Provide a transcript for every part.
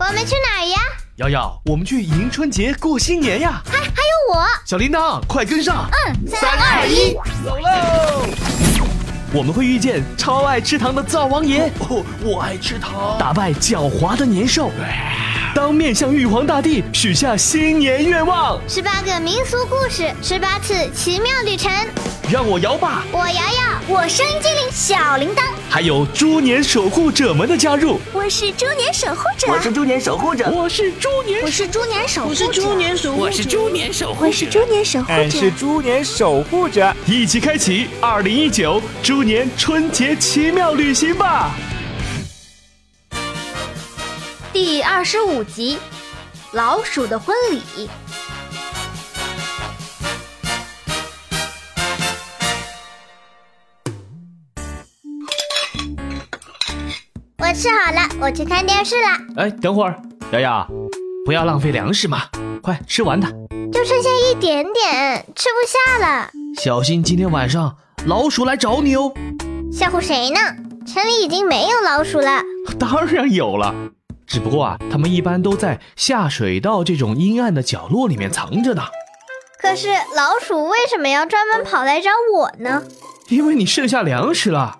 我们去哪儿呀？瑶瑶，我们去迎春节过新年呀！还还有我，小铃铛，快跟上！嗯，三二一，走喽！我们会遇见超爱吃糖的灶王爷，哦，我爱吃糖。打败狡猾的年兽，当面向玉皇大帝许下新年愿望。十八个民俗故事，十八次奇妙旅程。让我摇吧！我瑶瑶，我声音精灵小铃铛，还有猪年守护者们的加入，我是猪年守护者，我是猪年守护者，我是猪年我是猪年守护者，我是猪年守护我是猪年守护者，我是猪年守护俺哎是猪年守护者。一起开启二零一九猪年春节奇妙旅行吧！第二十五集，老鼠的婚礼。我吃好了，我去看电视啦。哎，等会儿，瑶瑶，不要浪费粮食嘛，快吃完它，就剩下一点点，吃不下了。小心今天晚上老鼠来找你哦。吓唬谁呢？城里已经没有老鼠了。当然有了，只不过啊，它们一般都在下水道这种阴暗的角落里面藏着呢。可是老鼠为什么要专门跑来找我呢？因为你剩下粮食了，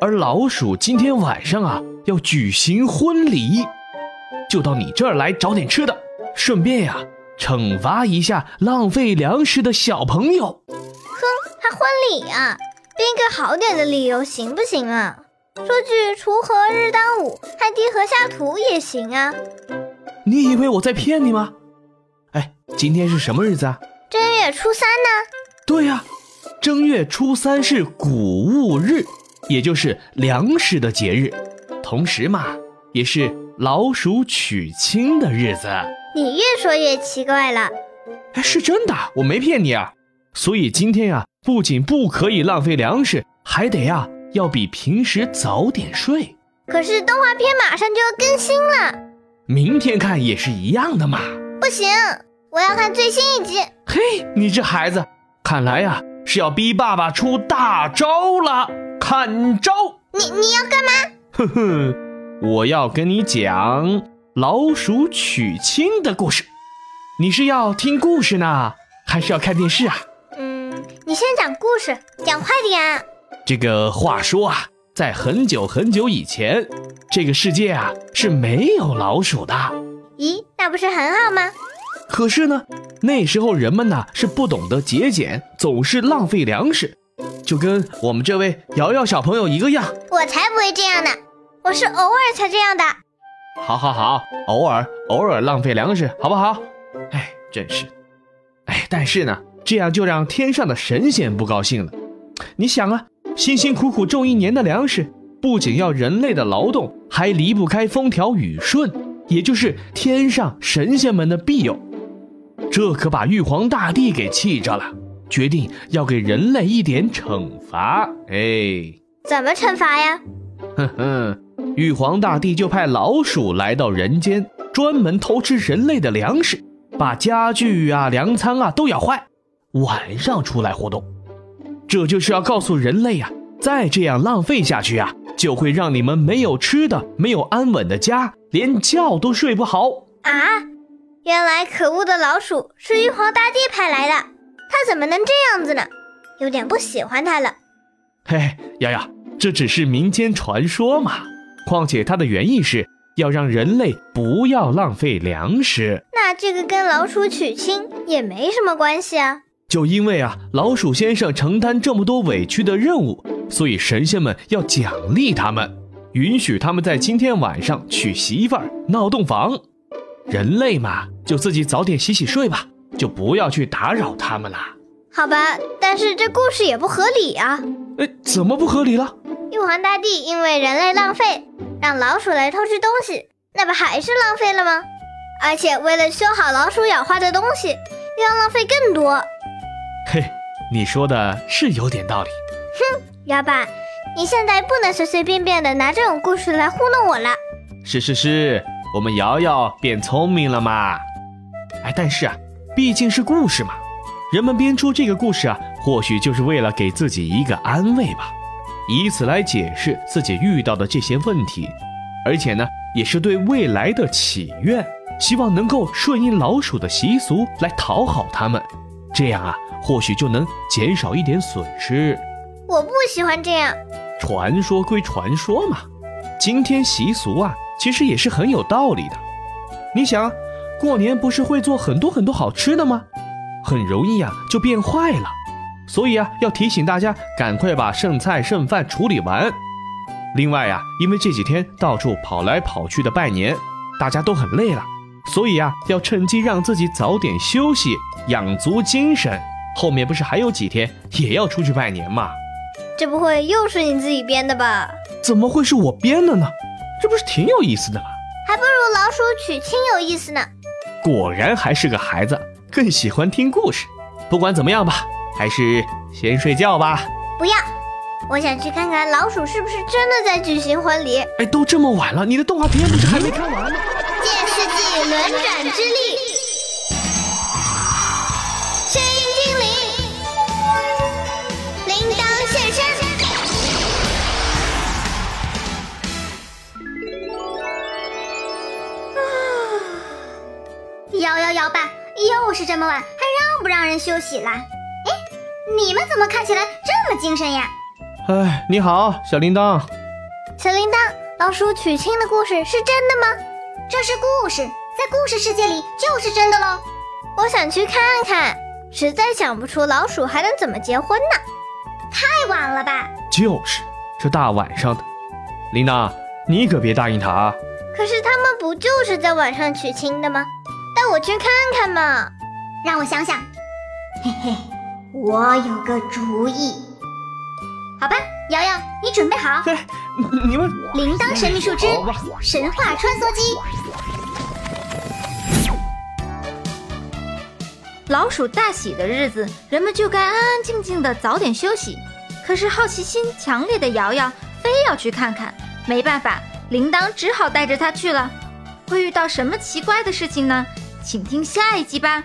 而老鼠今天晚上啊要举行婚礼，就到你这儿来找点吃的，顺便呀、惩罚一下浪费粮食的小朋友。哼，还婚礼啊？编个好点的理由行不行啊？说句“锄禾日当午，汗滴禾下土”也行啊。你以为我在骗你吗？哎，今天是什么日子啊？正月初三呢？对呀、正月初三是谷物日，也就是粮食的节日，同时嘛，也是老鼠娶亲的日子。啊你越说越奇怪了。哎，是真的，我没骗你啊。所以今天啊，不仅不可以浪费粮食，还得呀、要比平时早点睡。可是动画片马上就要更新了，明天看也是一样的嘛。不行，我要看最新一集。嘿，你这孩子，看来呀、是要逼爸爸出大招了，看招！你你要干嘛？哼哼，我要跟你讲老鼠娶亲的故事。你是要听故事呢，还是要看电视啊？嗯，你先讲故事，讲快点啊。这个话说啊，在很久很久以前，这个世界啊是没有老鼠的。咦，那不是很好吗？可是呢，那时候人们呢是不懂得节俭，总是浪费粮食，就跟我们这位瑶瑶小朋友一个样。我才不会这样呢，我是偶尔才这样的。好好好，偶尔偶尔浪费粮食，好不好？哎，真是，哎，但是呢，这样就让天上的神仙不高兴了。你想啊，辛辛苦苦种一年的粮食，不仅要人类的劳动，还离不开风调雨顺，也就是天上神仙们的庇佑。这可把玉皇大帝给气着了，决定要给人类一点惩罚。哎。怎么惩罚呀？哼哼，玉皇大帝就派老鼠来到人间，专门偷吃人类的粮食，把家具啊、粮仓啊都咬坏，晚上出来活动。这就是要告诉人类呀、啊再这样浪费下去啊，就会让你们没有吃的，没有安稳的家，连觉都睡不好。啊，原来可恶的老鼠是玉皇大帝派来的，他怎么能这样子呢？有点不喜欢他了。嘿，丫丫，这只是民间传说嘛。况且它的原意是要让人类不要浪费粮食。那这个跟老鼠娶亲也没什么关系啊。就因为啊，老鼠先生承担这么多委屈的任务，所以神仙们要奖励他们，允许他们在今天晚上娶媳妇儿、闹洞房。人类嘛，就自己早点洗洗睡吧，就不要去打扰他们啦。好吧，但是这故事也不合理啊。哎，怎么不合理了？玉皇大帝因为人类浪费，让老鼠来偷吃东西，那不还是浪费了吗？而且为了修好老鼠咬坏的东西，又要浪费更多。嘿，你说的是有点道理。老板，你现在不能随随便便的拿这种故事来糊弄我了。是是是，我们瑶瑶变聪明了嘛。哎，但是啊，毕竟是故事嘛，人们编出这个故事啊，或许就是为了给自己一个安慰吧，以此来解释自己遇到的这些问题。而且呢，也是对未来的祈愿，希望能够顺应老鼠的习俗来讨好它们，这样啊，或许就能减少一点损失。我不喜欢这样。传说归传说嘛，今天习俗啊，其实也是很有道理的。你想，过年不是会做很多很多好吃的吗？很容易啊就变坏了，所以啊要提醒大家赶快把剩菜剩饭处理完。另外啊，因为这几天到处跑来跑去的拜年，大家都很累了，所以啊要趁机让自己早点休息，养足精神。后面不是还有几天也要出去拜年吗？这不会又是你自己编的吧？怎么会是我编的呢？这不是挺有意思的吗？还不如老鼠娶亲有意思呢。果然还是个孩子，更喜欢听故事。不管怎么样吧，还是先睡觉吧。不要，我想去看看老鼠是不是真的在举行婚礼。哎，都这么晚了，你的动画片不是还没看完吗？借世纪轮转之力，声音精灵，铃铛现身。啊摇摇摇吧，又是这么晚，还让不让人休息啦？哎，你们怎么看起来这么精神呀？哎，你好，小铃铛。小铃铛，老鼠娶亲的故事是真的吗？这是故事，在故事世界里就是真的喽。我想去看看，实在想不出老鼠还能怎么结婚呢。太晚了吧？就是，这大晚上的，铃铛，你可别答应他啊！可是他们不就是在晚上娶亲的吗？带我去看看嘛。让我想想，嘿嘿，我有个主意。好吧，瑶瑶，你准备好。哎，你们铃铛神秘树枝好吧，神话穿梭机。老鼠大喜的日子，人们就该安安静静的早点休息。可是好奇心强烈的瑶瑶非要去看看，没办法，铃铛只好带着她去了。会遇到什么奇怪的事情呢？请听下一集吧。